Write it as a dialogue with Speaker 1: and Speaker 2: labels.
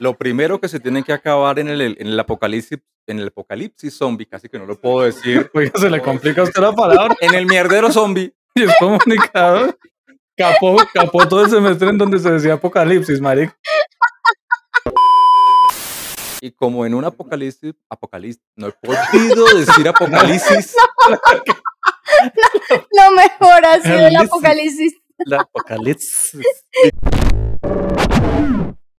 Speaker 1: Lo primero que se tiene que acabar en el, en el apocalipsis, en el apocalipsis zombie, casi que no lo puedo decir.
Speaker 2: Oiga, se le complica a usted la palabra
Speaker 1: En el mierdero zombie,
Speaker 2: y es comunicado. Capó, capó todo el semestre en donde se decía apocalipsis, marico.
Speaker 1: y como en un apocalipsis, apocalipsis, no he podido decir apocalipsis,
Speaker 3: Lo mejor ha sido el
Speaker 2: Listen.
Speaker 3: apocalipsis.
Speaker 1: la apocalipsis.